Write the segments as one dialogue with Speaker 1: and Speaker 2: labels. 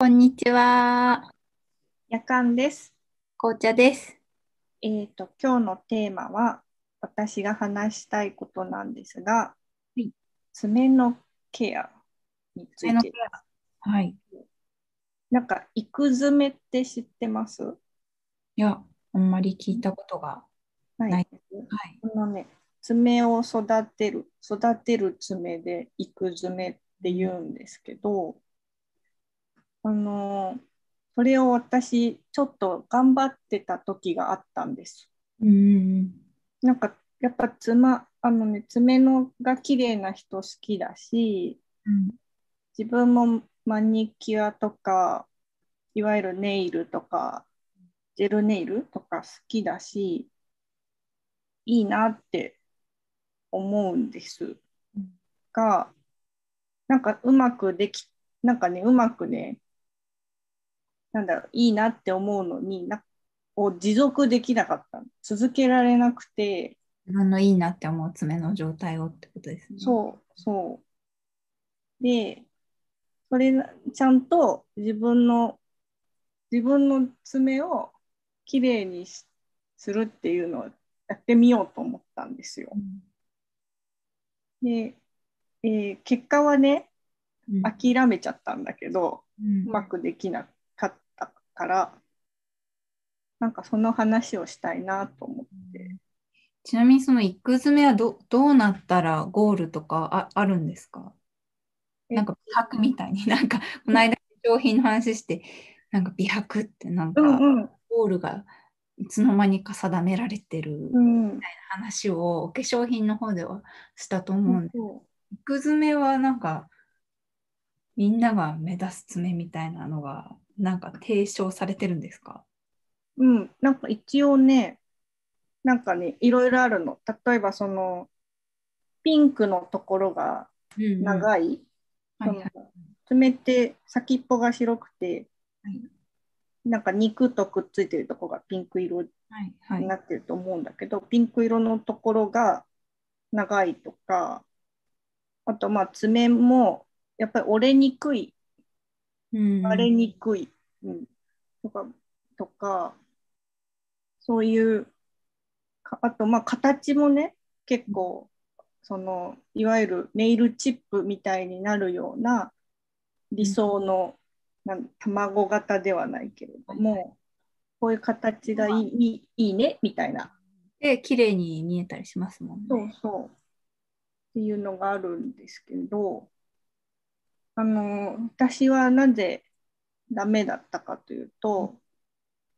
Speaker 1: こんにちは。
Speaker 2: 夜間です。
Speaker 1: 紅茶です。
Speaker 2: えっ、と、今日のテーマは、私が話したいことなんですが、
Speaker 1: い
Speaker 2: 爪のケアについて。
Speaker 1: はい。
Speaker 2: なんか、育爪って知ってますはい
Speaker 1: や、あんまり聞いたことが。
Speaker 2: い。
Speaker 1: ないはい。
Speaker 2: このね、爪を育てる、育てる爪で育爪って言うんですけど、あのー、それを私、ちょっと頑張ってた時があったんです。
Speaker 1: うん。
Speaker 2: なんかやっぱ妻あのね爪のが綺麗な人好きだし
Speaker 1: うん。
Speaker 2: 自分もマニキュアとかいわゆるネイルとかジェルネイルとか好きだしいいなって思うんです
Speaker 1: うん
Speaker 2: がなんかうまくできなんかねうまくねなんだろういいなって思うのになを持続できなかった続けられなくて
Speaker 1: 自分のいいなって思う爪の状態をってことですね。う。
Speaker 2: そうそう。で、それなちゃんと自分の自分の爪をきれいにしするっていうのをやってみようと思ったんですよ。で、えー結果はね
Speaker 1: うん。
Speaker 2: 諦めちゃったんだけど
Speaker 1: うん
Speaker 2: うまくできなかったからなんかその話をしたいなと思って。
Speaker 1: ちなみにその育爪はどどうなったらゴールとかああるんですか
Speaker 2: え
Speaker 1: なんか美白みたいに なんかこの間商品の話してなんか美白ってなんか
Speaker 2: うん
Speaker 1: ゴールがいつの間にか定められてる
Speaker 2: うんうん
Speaker 1: 話をお化粧品の方ではしたと思うんで
Speaker 2: そう
Speaker 1: 肉爪はなんかみんなが目指す爪みたいなのがなんか提唱されてるんですか
Speaker 2: うん、なんか一応ね、なんかね、いろいろあるの。例えばその、ピンクのところが
Speaker 1: うんは
Speaker 2: 長い。
Speaker 1: いはい
Speaker 2: その爪って先っぽが白くて、
Speaker 1: はい
Speaker 2: なんか肉とくっついてるところがピンク色に
Speaker 1: はいはい
Speaker 2: なってると思うんだけど、ピンク色のところが長いとか、あとまあ爪もやっぱり折れにくい
Speaker 1: うん
Speaker 2: 割れにくい、うん、とかとかそういうかあとまあ形もね結構そのいわゆるネイルチップみたいになるような理想の、なん卵型ではないけれども、こういう形がいいいいいいねみたいな
Speaker 1: で綺麗に見えたりしますもんね。
Speaker 2: そうそう。っていうのがあるんですけど、あの、私はなぜダメだったかというと、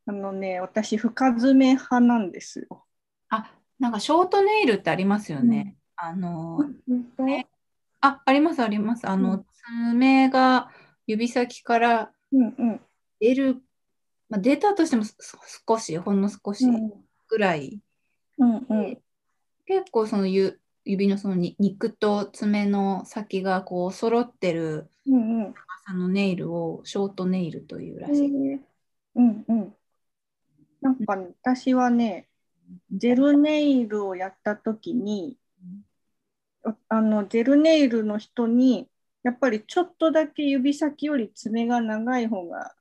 Speaker 2: あのね、私、深爪派なんですよ。
Speaker 1: あなんかショートネイルってありますよね。あの
Speaker 2: ね
Speaker 1: あありますあります。あの、
Speaker 2: う
Speaker 1: 爪が指先から
Speaker 2: うんうん
Speaker 1: 出る、まあ、出たとしてもそ少しほんの少し
Speaker 2: うん
Speaker 1: ぐらい。
Speaker 2: うんうん
Speaker 1: で結構そのゆ指のそのに肉と爪の先がこう揃ってる
Speaker 2: うんうん
Speaker 1: 朝のネイルをショートネイルというらしい。
Speaker 2: うんうんなんかね私はね、ジェルネイルをやった時に、ああのジェルネイルの人にやっぱりちょっとだけ指先より爪が長い方が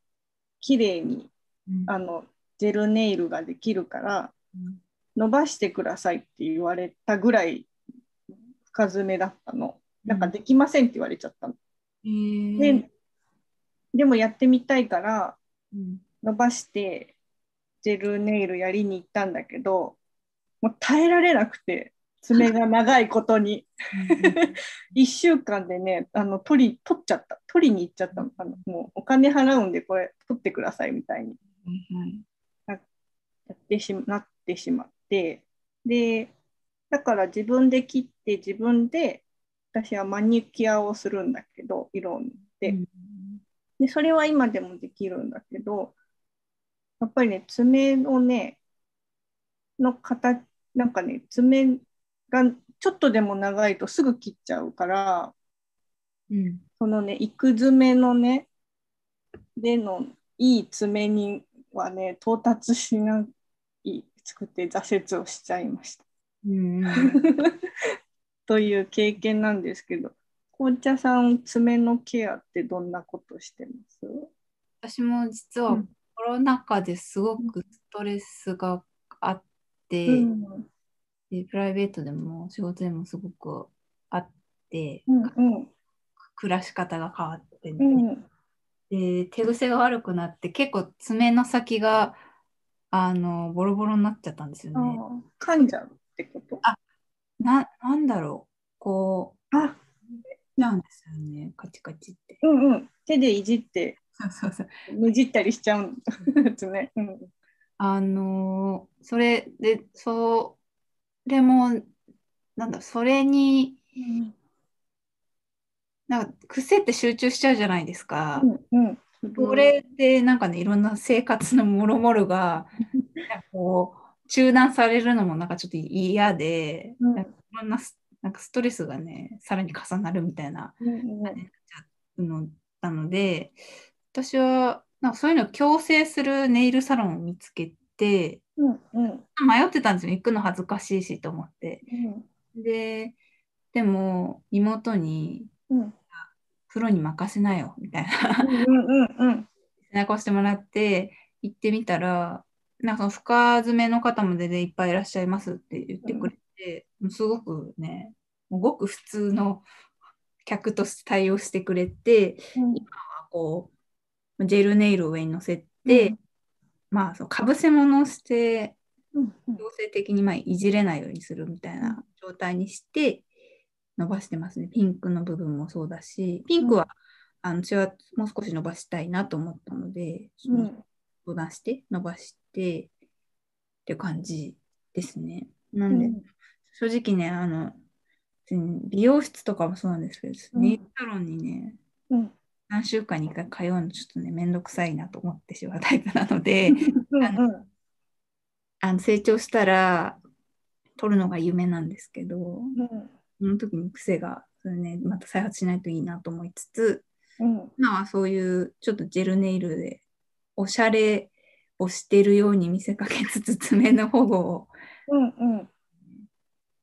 Speaker 2: 綺麗に
Speaker 1: うん
Speaker 2: あのジェルネイルができるから
Speaker 1: うん
Speaker 2: 伸ばしてくださいって言われたぐらい深爪だったのなんかできませんって言われちゃったの、
Speaker 1: へー
Speaker 2: ででもやってみたいから
Speaker 1: うん
Speaker 2: 伸ばしてジェルネイルやりに行ったんだけどもう耐えられなくて爪が長いことに。1週間でねあの取り取っちゃった取りに行っちゃったのあのもうお金払うんでこれ取ってくださいみたいに
Speaker 1: はい
Speaker 2: やってしなってしまってでだから自分で切って自分で私はマニキュアをするんだけど色を塗って
Speaker 1: うん
Speaker 2: でそれは今でもできるんだけどやっぱりね爪のねの形なんかね爪がちょっとでも長いとすぐ切っちゃうから
Speaker 1: うん
Speaker 2: そのね、育爪のね、でのいい爪にはね、到達しないくて挫折をしちゃいました。
Speaker 1: うんうん
Speaker 2: という経験なんですけど、紅茶さん、爪のケアってどんなことしてます
Speaker 1: 私も実は
Speaker 2: う
Speaker 1: コ
Speaker 2: ん
Speaker 1: ロナ禍ですごくストレスがあって、
Speaker 2: うん
Speaker 1: でプライベートでも仕事でもすごくあって、
Speaker 2: うん
Speaker 1: 暮らし方が変わって、
Speaker 2: うん
Speaker 1: で手癖が悪くなって結構爪の先があのボロボロになっちゃったんですよ
Speaker 2: あ
Speaker 1: ね。
Speaker 2: ー噛んじゃうってこと
Speaker 1: ななんだろうこう
Speaker 2: あ
Speaker 1: なんですよねカチカチって。
Speaker 2: うんうん手でいじって
Speaker 1: そうそうそう
Speaker 2: ねじったりしちゃうんですね。うん
Speaker 1: あのーそれでそれもなんだそれになんか癖って集中しちゃうじゃないですか。
Speaker 2: うんうんすごい
Speaker 1: それでなんかねいろんな生活のもろもろがなんかこう中断されるのもなんかちょっと嫌で、
Speaker 2: うん
Speaker 1: なんかいろんなスなんかストレスがねさらに重なるみたいな
Speaker 2: うんうん
Speaker 1: のなので私はなんかそういうのを強制するネイルサロンを見つけて
Speaker 2: うんうん
Speaker 1: 迷ってたんですよ行くの恥ずかしいしと思って。ででも妹に
Speaker 2: うん
Speaker 1: プロに任せなよみたいな
Speaker 2: うんうん
Speaker 1: 背中押してもらって行ってみたらなんかその深爪の方も全然いっぱいいらっしゃいますって言ってくれて、もうすごくねもうごく普通の客として対応してくれてこうジェルネイルを上に乗せて、まあそのかぶせ物をして
Speaker 2: うんうん
Speaker 1: 強制的にまあいじれないようにするみたいな状態にして伸ばしてますねピンクの部分もそうだしピンクは、あの私はもう少し伸ばしたいなと思ったので、
Speaker 2: うん
Speaker 1: 相談して伸ばしてって感じですね。な
Speaker 2: うん
Speaker 1: で、
Speaker 2: ん
Speaker 1: 正直ねあの別に美容室とかもそうなんですけど、
Speaker 2: うん
Speaker 1: ネイルサロンにね
Speaker 2: うん
Speaker 1: 何週間に1回通うのちょっとねめんどくさいなと思ってしまうタイプなの で
Speaker 2: うん
Speaker 1: あの成長したら取るのが夢なんですけど
Speaker 2: うん
Speaker 1: その時に癖がそれ、ね、また再発しないといいなと思いつつ
Speaker 2: うん
Speaker 1: 今はそういうちょっとジェルネイルでおしゃれをしてるように見せかけつつ爪の保護を
Speaker 2: うんうん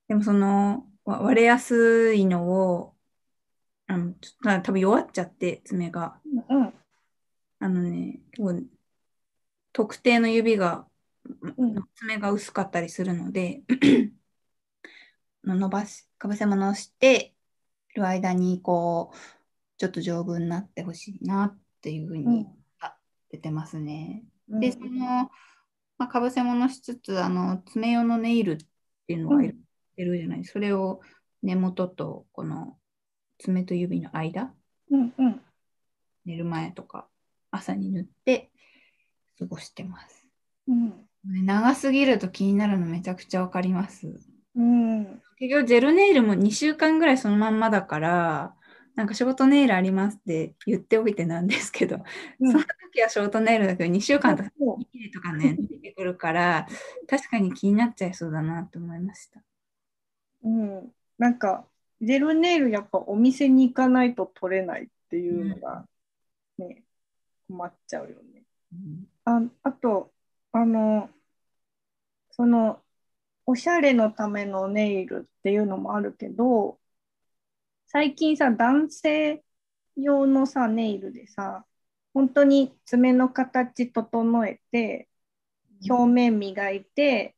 Speaker 1: でもそのわ割れやすいのをあのちょっと多分弱っちゃって爪が
Speaker 2: うん
Speaker 1: あのね結構特定の指が
Speaker 2: うん
Speaker 1: 爪が薄かったりするので 伸ばしかぶせ物をしている間にこうちょっと丈夫になってほしいなっていうふうにあ出てますね。
Speaker 2: うん
Speaker 1: でその、まあ、かぶせ物しつつあの爪用のネイルっていうのがいるいるじゃない、それを根元とこの爪と指の間
Speaker 2: うんうん
Speaker 1: 寝る前とか朝に塗って過ごしてます。
Speaker 2: うん
Speaker 1: ね長すぎると気になるのめちゃくちゃわかります。
Speaker 2: うん
Speaker 1: 結局ジェルネイルも2週間ぐらいそのまんまだからなんかショートネイルありますって言っておいてなんですけど、
Speaker 2: うん
Speaker 1: その時はショートネイルだけど2週間経つ
Speaker 2: そう
Speaker 1: ニキビとか ね、出てくるから、確かに気になっちゃいそうだなと思いました。
Speaker 2: うん、なんかジェルネイルやっぱお店に行かないと取れないっていうのがね、困っちゃうよね。ああとあのそのおしゃれのためのネイルっていうのもあるけど最近さ男性用のさネイルでさ本当に爪の形整えて表面磨いて、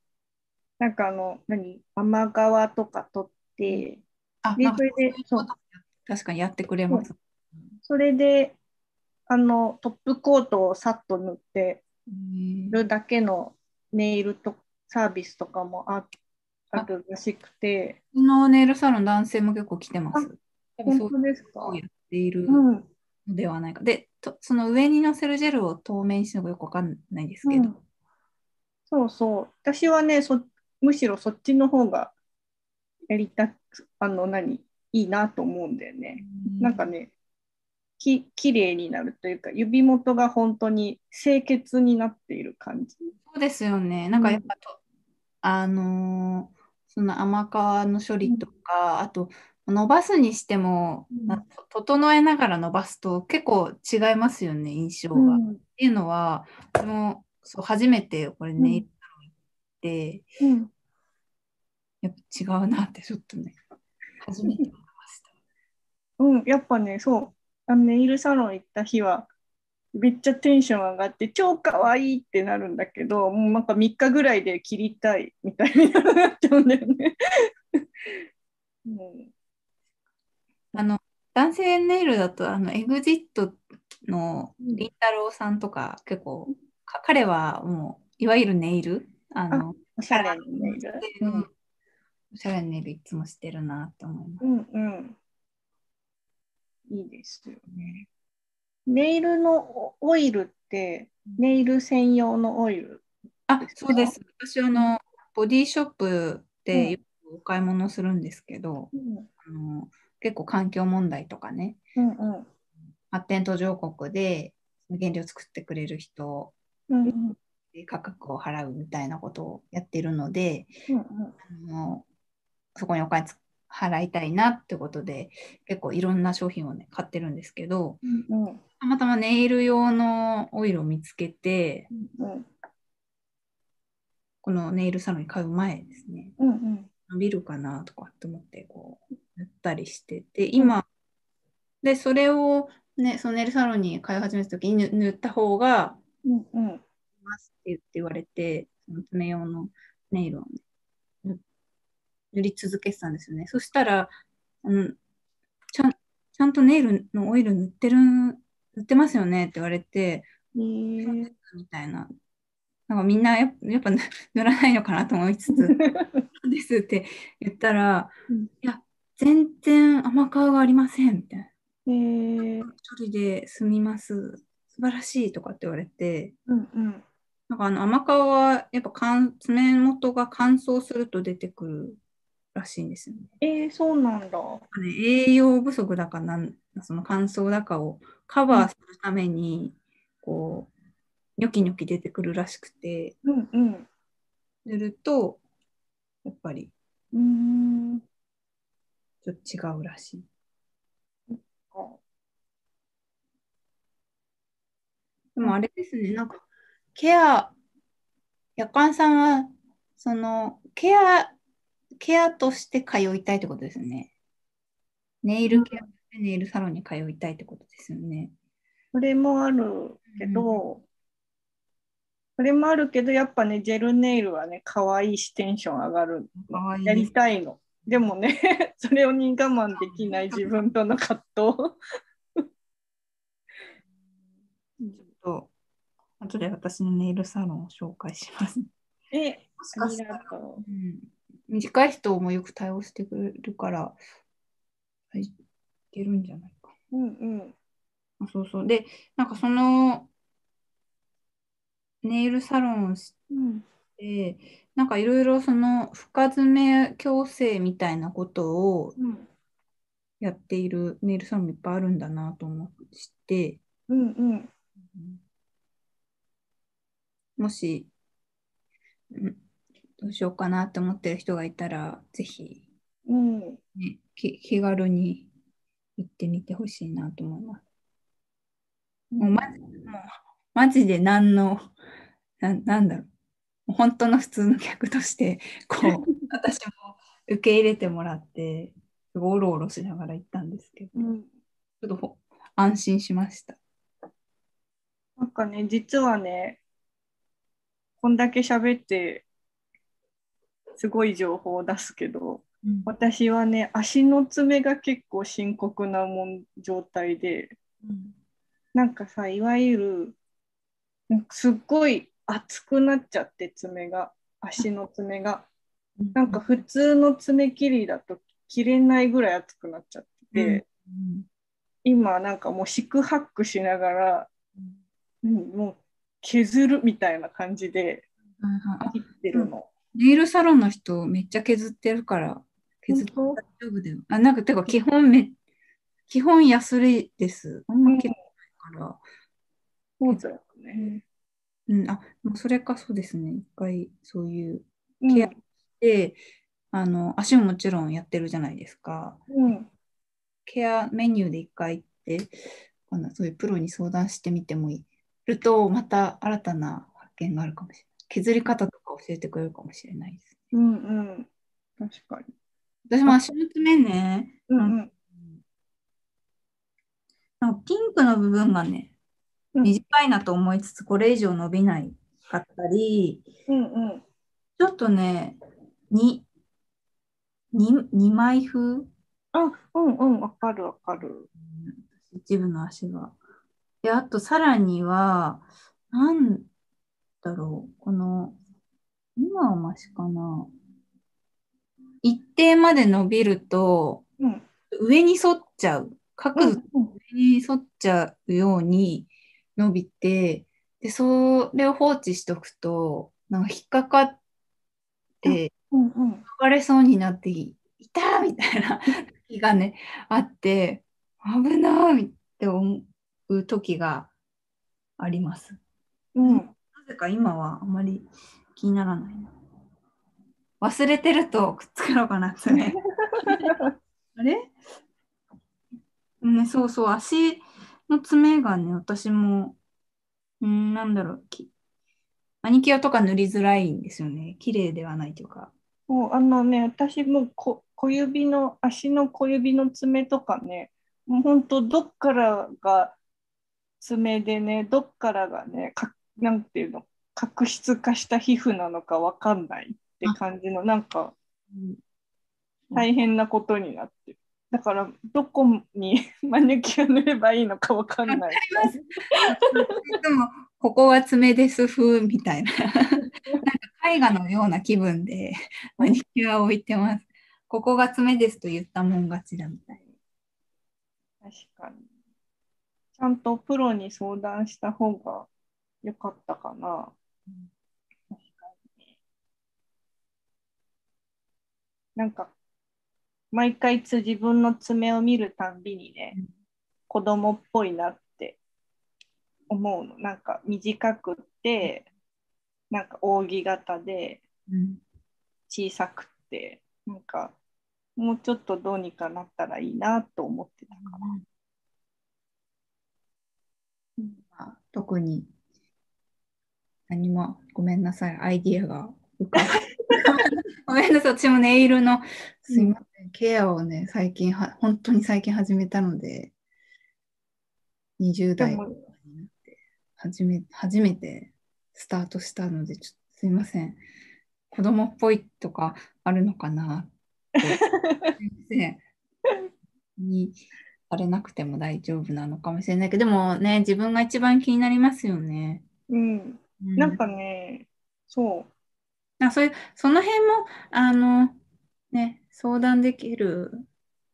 Speaker 2: なんかあの、何、甘皮とか取って、
Speaker 1: あ、
Speaker 2: で
Speaker 1: なん
Speaker 2: そ
Speaker 1: か
Speaker 2: れで、そう
Speaker 1: 確かにやってくれます。
Speaker 2: それで、あの、トップコートをさっと塗って
Speaker 1: うん
Speaker 2: るだけのネイルとサービスとかもああるらしくて、
Speaker 1: うちのネイルサロン男性も結構来てます。多分
Speaker 2: 本
Speaker 1: そういう
Speaker 2: 当ですか
Speaker 1: のをやっている
Speaker 2: うん、うん、
Speaker 1: のではないか。で、とその上に乗せるジェルを透明にしてるのかよくわかんないですけど、
Speaker 2: そうそう。私はね、そむしろそっちの方がやりたく、あの、何、いいなと思うんだよね。なんかね、き綺麗になるというか、指元が本当に清潔になっている感じ。
Speaker 1: そうですよね。なんかやっぱと、あのーその甘皮の処理とか、あと伸ばすにしても、
Speaker 2: うん
Speaker 1: なんか整えながら伸ばすと結構違いますよね、印象が。っ
Speaker 2: ん
Speaker 1: ていうのは、私もそう初めてこれネイルサロン行って、
Speaker 2: うん
Speaker 1: やっぱ違うなってちょっとね、初めて 思いました。
Speaker 2: うん、やっぱね、そう、あのネイルサロン行った日は、めっちゃテンション上がって超可愛いってなるんだけどもうなんか3日ぐらいで切りたいみたいになっちゃうんだよね。 うん
Speaker 1: あの男性ネイルだとあのエグジットの
Speaker 2: うん
Speaker 1: りんたろーさんとか結構か彼はもういわゆるネイルあの
Speaker 2: おしゃれにネイル。
Speaker 1: うんおしゃれなネイルいつもしてるなって思います。
Speaker 2: うんうん。いいですよね。ネイルのオイルって、ネイル専用のオイル。
Speaker 1: あそうです私あのボディショップでよくお買い物するんですけど、
Speaker 2: うん
Speaker 1: あの結構環境問題とかね
Speaker 2: うん
Speaker 1: 発展途上国で原料作ってくれる人
Speaker 2: うんうんうん
Speaker 1: で価格を払うみたいなことをやってるので
Speaker 2: うん
Speaker 1: あのそこにお金つ払いたいなってことで結構いろんな商品をね買ってるんですけど
Speaker 2: うんうん
Speaker 1: たまたまネイル用のオイルを見つけて
Speaker 2: うん
Speaker 1: このネイルサロンに買う前ですね
Speaker 2: うんうん
Speaker 1: 伸びるかなとかって思ってこうやったりしてて今でそれをねそのネイルサロンに通い始めた時に塗塗った方が
Speaker 2: うんうん
Speaker 1: ますって言って言われて、その爪用のネイルをね、塗塗り続けてたんですよね。そしたら、あのちゃんちゃんとネイルのオイル塗ってる、塗ってますよねって言われて、
Speaker 2: うんへ
Speaker 1: みたいな。なんかみんなやっやっぱ塗 塗らないのかなと思いつつ、そう
Speaker 2: ー
Speaker 1: ですって言ったら、
Speaker 2: うん
Speaker 1: いや、全然甘皮がありませんみたいな。
Speaker 2: へー
Speaker 1: 処理で済みます。素晴らしいとかって言われて、
Speaker 2: うんうん
Speaker 1: なんかあの甘皮はやっぱ乾爪元が乾燥すると出てくるらしいんですよね。
Speaker 2: えー、そうなんだ。う
Speaker 1: なんかね栄養不足だかなんその乾燥だかをカバーするためにこうニョキニョキ出てくるらしくて
Speaker 2: んうん。
Speaker 1: 塗るとやっぱり
Speaker 2: うーん。
Speaker 1: ちょっと違うらしい。でもあれですねなんかケア夜間さんはそのケアケアとして通いたいってことですよね。ネイルケアとしてネイルサロンに通いたいってことですよね。
Speaker 2: それもあるけど、それもあるけど、やっぱね、ジェルネイルはね、可愛いしテンション上がる。
Speaker 1: かわいい
Speaker 2: や
Speaker 1: で
Speaker 2: り
Speaker 1: す。
Speaker 2: たいの。でもね、 それに我慢できない自分との葛
Speaker 1: ちょっと後で私のネイルサロンを紹介します。
Speaker 2: 藤。 え、あ
Speaker 1: か
Speaker 2: り
Speaker 1: したら
Speaker 2: がと
Speaker 1: うん、短い人もよく対応してくれるから、はい、いけるんじゃないか。
Speaker 2: う。うんうん。
Speaker 1: あそうそう。で、なんかそのネイルサロンをし
Speaker 2: うん
Speaker 1: で、なんかいろいろその深爪矯正みたいなことを
Speaker 2: うん
Speaker 1: やっているネイルサロンもいっぱいあるんだなと思って、
Speaker 2: うんうん
Speaker 1: もし、うんどうしようかなって思ってる人がいたら、ぜひ、
Speaker 2: うん
Speaker 1: ね、き気軽に行ってみてほしいなと思います。もうマジもうマジで何のな、なんだろう、もう本当の普通の客として、こ う、私も受け入れてもらって、すごいおろおろしながら行ったんですけど、
Speaker 2: うん
Speaker 1: ちょっとほ安心しました。
Speaker 2: なんかね、実はね、こんだけ喋って、すごい情報を出すけど、私はね、足の爪が結構深刻なもん状態で、なんかさ、いわゆる、なんかすっごい熱くなっちゃって、爪が、足の爪が。なんか普通の爪切りだと切れないぐらい熱くなっちゃってて、
Speaker 1: うん、
Speaker 2: 今なんかもう四苦八苦しながら、うん、もう削るみたいな感じで
Speaker 1: はいはいあ
Speaker 2: 切ってるの。
Speaker 1: ネイルサロンの人、めっちゃ削ってるから、削って大
Speaker 2: 本
Speaker 1: 丈夫だよ。あ、なんか、てか、基本め、基本安いです。あんま削らないから。
Speaker 2: そうだよね。
Speaker 1: うん、あ、もうそれかそうですね。一回そういう。
Speaker 2: うん
Speaker 1: ケアで、あの、足ももちろんやってるじゃないですか。
Speaker 2: うん
Speaker 1: ケアメニューで一回行って、このそういうプロに相談してみてもいいると、また新たな発見があるかもしれない。削り方とか教えてくれるかもしれないです。
Speaker 2: うんうん。確かに。
Speaker 1: 私も足の爪ね、
Speaker 2: うんうん。
Speaker 1: なんかピンクの部分がね、
Speaker 2: うん
Speaker 1: 短いなと思いつつこれ以上伸びないかったり
Speaker 2: うんうん。
Speaker 1: ちょっとねにに2枚風
Speaker 2: あ、うんうん、わかるわかる。
Speaker 1: 一部の足が。で、あとさらには、なんだろう、この、今はマシかな。一定まで伸びると、
Speaker 2: うん。
Speaker 1: 上に沿っちゃう。角
Speaker 2: うん
Speaker 1: 度上に沿っちゃうように伸びて、で、それを放置しとくと、なんか引っかかって、
Speaker 2: うんうん。
Speaker 1: 暴れそうになって、いたーみたい な時がね、あって、危なーって思う時があります。
Speaker 2: うん。
Speaker 1: なぜか今はあまり気にならないな。忘れてるとくっつけろかな、そ れ。あれね、そうそう、足の爪がね、私も、うん、なんだろう、きマニキュアとか塗りづらいんですよね。綺麗ではないというか。
Speaker 2: もうあのね、私もこ小指の足の小指の爪とかね、もう本当どっからが爪でね、どっからがね、かなんていうの、角質化した皮膚なのかわかんないって感じの、なんか大変なことになってる。だからどこに マニキュア塗ればいいのかわかんない。
Speaker 1: でも、ここは爪です風みたいな。 なんか絵画のような気分でマニキュアを置いてます。ここが爪ですと言ったもん勝ちだみたい
Speaker 2: 確かに。ちゃんとプロに相談した方が良かったかな。確かに。なんか、毎回つ自分の爪を見るたんびにね、
Speaker 1: うん
Speaker 2: 子供っぽいなって思うの。なんか短くって、なんか扇形で
Speaker 1: な。うん
Speaker 2: 小さくって、なんかもうちょっとどうにかなったらいいなと思ってたから。
Speaker 1: まあ特に何もごめんなさい、アイディアが浮かばない。 ごめんなさい、私もネイルのすいません、ケアをね、最近は、本当に最近始めたので、20代
Speaker 2: で
Speaker 1: にな
Speaker 2: も
Speaker 1: って初め、初めてスタートしたので、ちょっとすいません、子供っぽいとかあるのかなってすいません。にされなくても大丈夫なのかもしれないけど、でもね、自分が一番気になりますよね。
Speaker 2: うん
Speaker 1: う
Speaker 2: なんかね、そ。
Speaker 1: なんかそういう、その辺も、あの、ね、相談できる、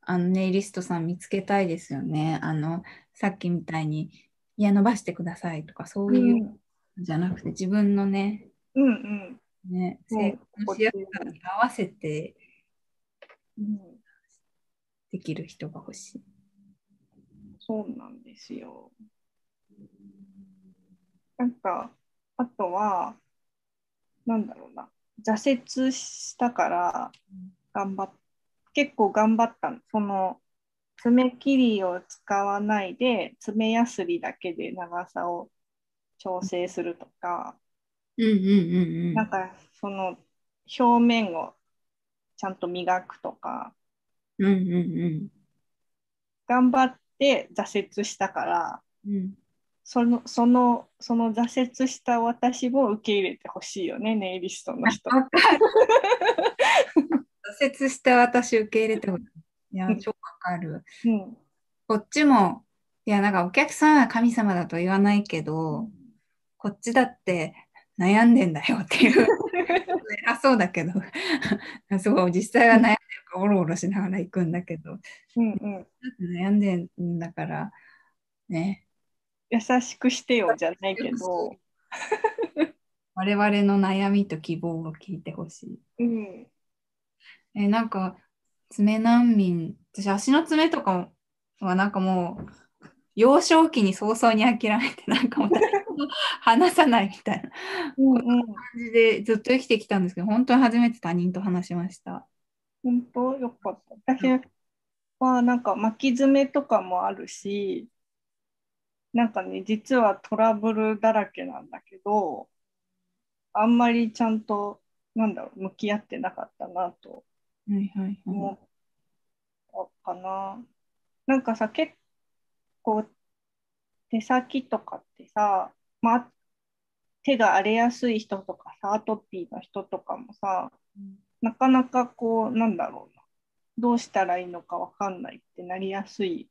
Speaker 1: あの、ネイリストさん見つけたいですよね。あの、さっきみたいに、いや、伸ばしてくださいとか、そうういううじゃなくて、自分のね、
Speaker 2: うんうん
Speaker 1: ね、
Speaker 2: うん
Speaker 1: 生活のしやすさに合わせて
Speaker 2: うん。
Speaker 1: できる人が欲しい。
Speaker 2: そうなんですよ。なんか、あとは、なんだろうな、挫折したから、頑張っ結構頑張ったの。その、爪切りを使わないで、爪やすりだけで長さを調整するとか、
Speaker 1: うんうんうんうん。
Speaker 2: なんかその表面をちゃんと磨くとか
Speaker 1: うんうん
Speaker 2: 頑張って挫折したから
Speaker 1: うん。うん
Speaker 2: そのそのその挫折した私も受け入れてほしいよねネイリストの人。
Speaker 1: わかる。 挫折した私受け入れてほしい。いや、超わかる。
Speaker 2: うん
Speaker 1: こっちも、いや、なんかお客さんは神様だと言わないけど、こっちだって悩んでんだよっていう。偉そうだけど、 そう、実際は悩んでるから、おろおろしながら行くんだけど、
Speaker 2: うんうん、
Speaker 1: 悩んでんだから、ね。
Speaker 2: 優しくしてよじゃないけど、
Speaker 1: 我々の悩みと希望を聞いてほしい。
Speaker 2: うん
Speaker 1: えーなんか爪難民私足の爪とかはなんかもう幼少期に早々に諦めてなんかもう誰とも話さないみたいな感
Speaker 2: うんうん、
Speaker 1: じでずっと生きてきたんですけど本当に初めて他人と話しました。
Speaker 2: 本当よかった。私はなんか巻き爪とかもあるし、なんかね、実はトラブルだらけなんだけど、あんまりちゃんと、なんだろう、向き合ってなかったなと
Speaker 1: はいはいはい
Speaker 2: 思ったかな。なんかさ、結構、手先とかってさ、まあ、手が荒れやすい人とかさアトピーの人とかもさなかなかこうなんだろうなどうしたらいいのかわかんないってなりやすい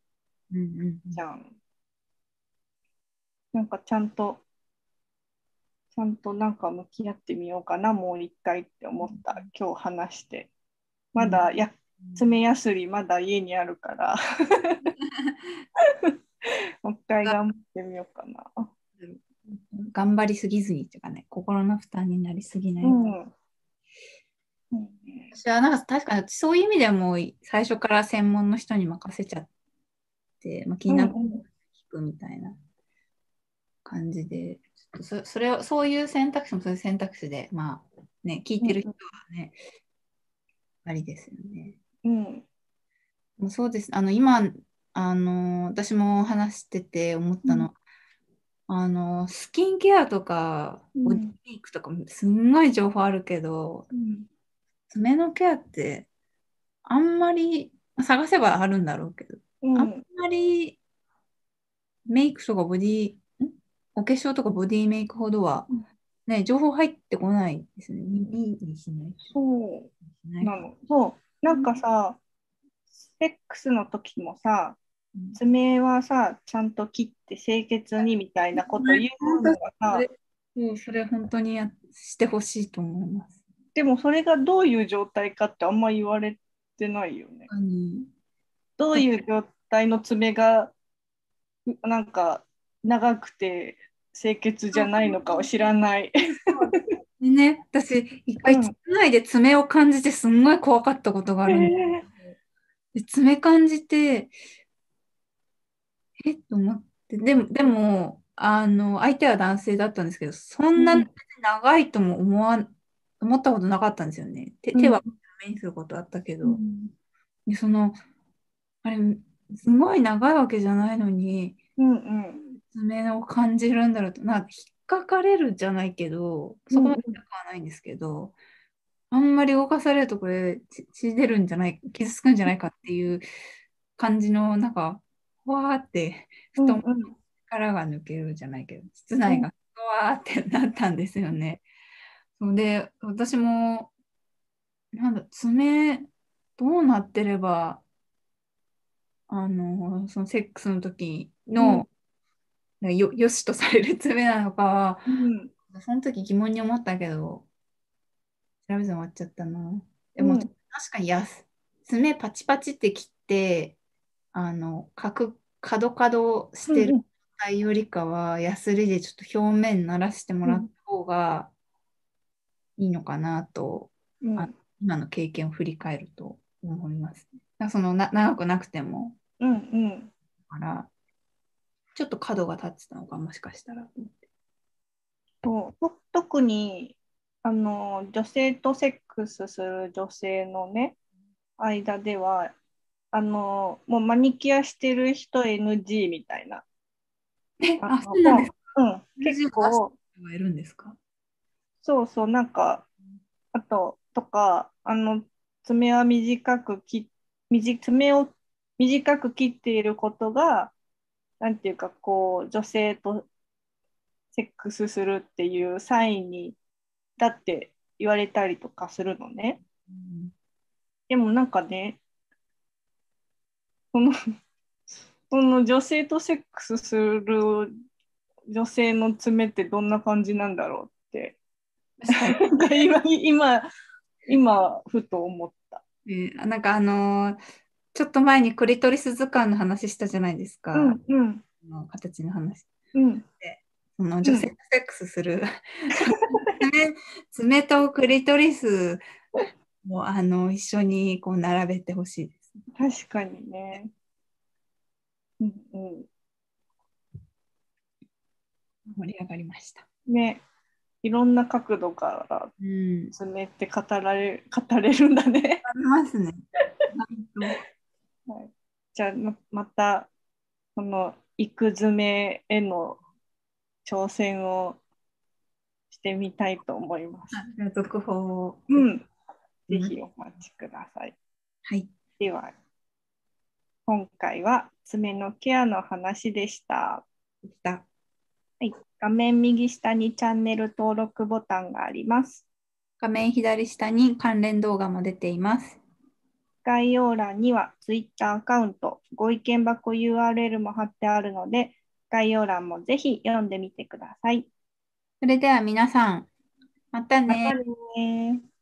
Speaker 1: うんうん
Speaker 2: じゃん。なんかちゃんとちゃんとなんか向き合ってみようかなもう一回って思った今日話してまだや
Speaker 1: うん
Speaker 2: 爪やすりまだ家にあるから もう一回頑張ってみようかな。
Speaker 1: 頑張りすぎずにというかね、心の負担になりすぎない。
Speaker 2: うんうん
Speaker 1: 私はなんか確かにそういう意味ではもう最初から専門の人に任せちゃって、まあ、気になって
Speaker 2: うんうん
Speaker 1: 聞くみたいな感じで、ちょっとそそれをそういう選択肢もそういう選択肢で、まあね、聞いてる人はね、ありですよね。
Speaker 2: うん
Speaker 1: もうそうです。あの今あの私も話してて思ったの、あのスキンケアとか
Speaker 2: うん
Speaker 1: ボディメイクとかもすんごい情報あるけど、
Speaker 2: うん
Speaker 1: 爪のケアってあんまり探せばあるんだろうけど、
Speaker 2: うん
Speaker 1: あんまりメイクとかボディんお化粧とかボディメイクほどは
Speaker 2: うん、
Speaker 1: ね、情報入ってこないですね。耳にしないと
Speaker 2: そう
Speaker 1: しない
Speaker 2: なの。そう。なんかさ、セックスの時もさ、
Speaker 1: うん
Speaker 2: 爪はさ、ちゃんと切って清潔にみたいなこと言うのが
Speaker 1: そ
Speaker 2: さ、
Speaker 1: れそうそれ本当にやしてほしいと思います。
Speaker 2: でもそれがどういう状態かってあんま言われてないよね。
Speaker 1: 確かに
Speaker 2: どういう状態の爪が、なんか長くて清潔じゃないのかを知らない。
Speaker 1: でね、私、一回、
Speaker 2: うん
Speaker 1: 室内で爪を感じて、すんごい怖かったことがあるの。で爪感じて、えっと思って、でも、でも、あの、相手は男性だったんですけど、そんな
Speaker 2: うん
Speaker 1: 長いとも思わん、思ったことなかったんですよね。手
Speaker 2: うん
Speaker 1: 手は目にすることあったけど、
Speaker 2: うん
Speaker 1: でその、あれ、すごい長いわけじゃないのに、
Speaker 2: うんうん
Speaker 1: 爪を感じるんだろうと、なんか引っかかれるじゃないけど、そこまで引っかかはないんですけど、あんまり動かされるとこれ血血出るんじゃない、傷つくんじゃないかっていう感じの、なんか、ふわーって、
Speaker 2: うん
Speaker 1: 太ももの力が抜けるじゃないけど、室内がふわーってなったんですよね。そうで、私も、なんだ、爪、どうなってれば、あの、そのセックスの時の、よよしとされる爪なのかは、
Speaker 2: うん
Speaker 1: その時疑問に思ったけど、調べずに終わっちゃったな。でも、
Speaker 2: うん
Speaker 1: 確かにやす爪パチパチって切って、あの、角、角角してる状態よりかは、ヤスリでちょっと表面鳴らしてもらった方がいいのかなと、
Speaker 2: うん
Speaker 1: あ今の経験を振り返ると思います。だからそのな長くなくても、
Speaker 2: うんうん
Speaker 1: だから、ちょっと角が立ってたのか、もしかしたら。
Speaker 2: そうと特にあの女性とセックスする女性のね間ではあのもうマニキュアしてる人 NG みたいな、
Speaker 1: え、
Speaker 2: あ
Speaker 1: あ、そうなんですか。
Speaker 2: うん、
Speaker 1: NG
Speaker 2: 結構
Speaker 1: いるんですか。
Speaker 2: そうそうなんかあととかあの爪は短く切短爪を短く切っていることがなんていうかこう女性とセックスするっていうサインにだって言われたりとかするのね。
Speaker 1: うん
Speaker 2: でもなんかねそのその女性とセックスする女性の爪ってどんな感じなんだろうって
Speaker 1: 確かに
Speaker 2: なんか今今今ふと思った。
Speaker 1: ねあなんかあのーちょっと前にクリトリス図鑑の話したじゃないですか、
Speaker 2: うん
Speaker 1: あの形の話
Speaker 2: うん
Speaker 1: その女性がセックスする、 爪爪とクリトリスをあの一緒にこう並べてほしいです
Speaker 2: 確かにね。うんう
Speaker 1: 盛り上がりました、
Speaker 2: んねいろんな角度から
Speaker 1: うん、
Speaker 2: 爪って語られ語れるんだね。
Speaker 1: ありますねはい
Speaker 2: はい、じゃあままたこの育爪への挑戦をしてみたいと思います。
Speaker 1: じゃあ続報を、
Speaker 2: うん、ぜひお待ちください。
Speaker 1: はい
Speaker 2: では今回は爪のケアの話でした。
Speaker 1: た。
Speaker 2: 画面右下にチャンネル登録ボタンがあります。
Speaker 1: 画面左下に関連動画も出ています。
Speaker 2: 概要欄には Twitter アカウント、ご意見箱 URL も貼ってあるので、概要欄もぜひ読んでみてください。
Speaker 1: それでは皆さん、またね。
Speaker 2: またねー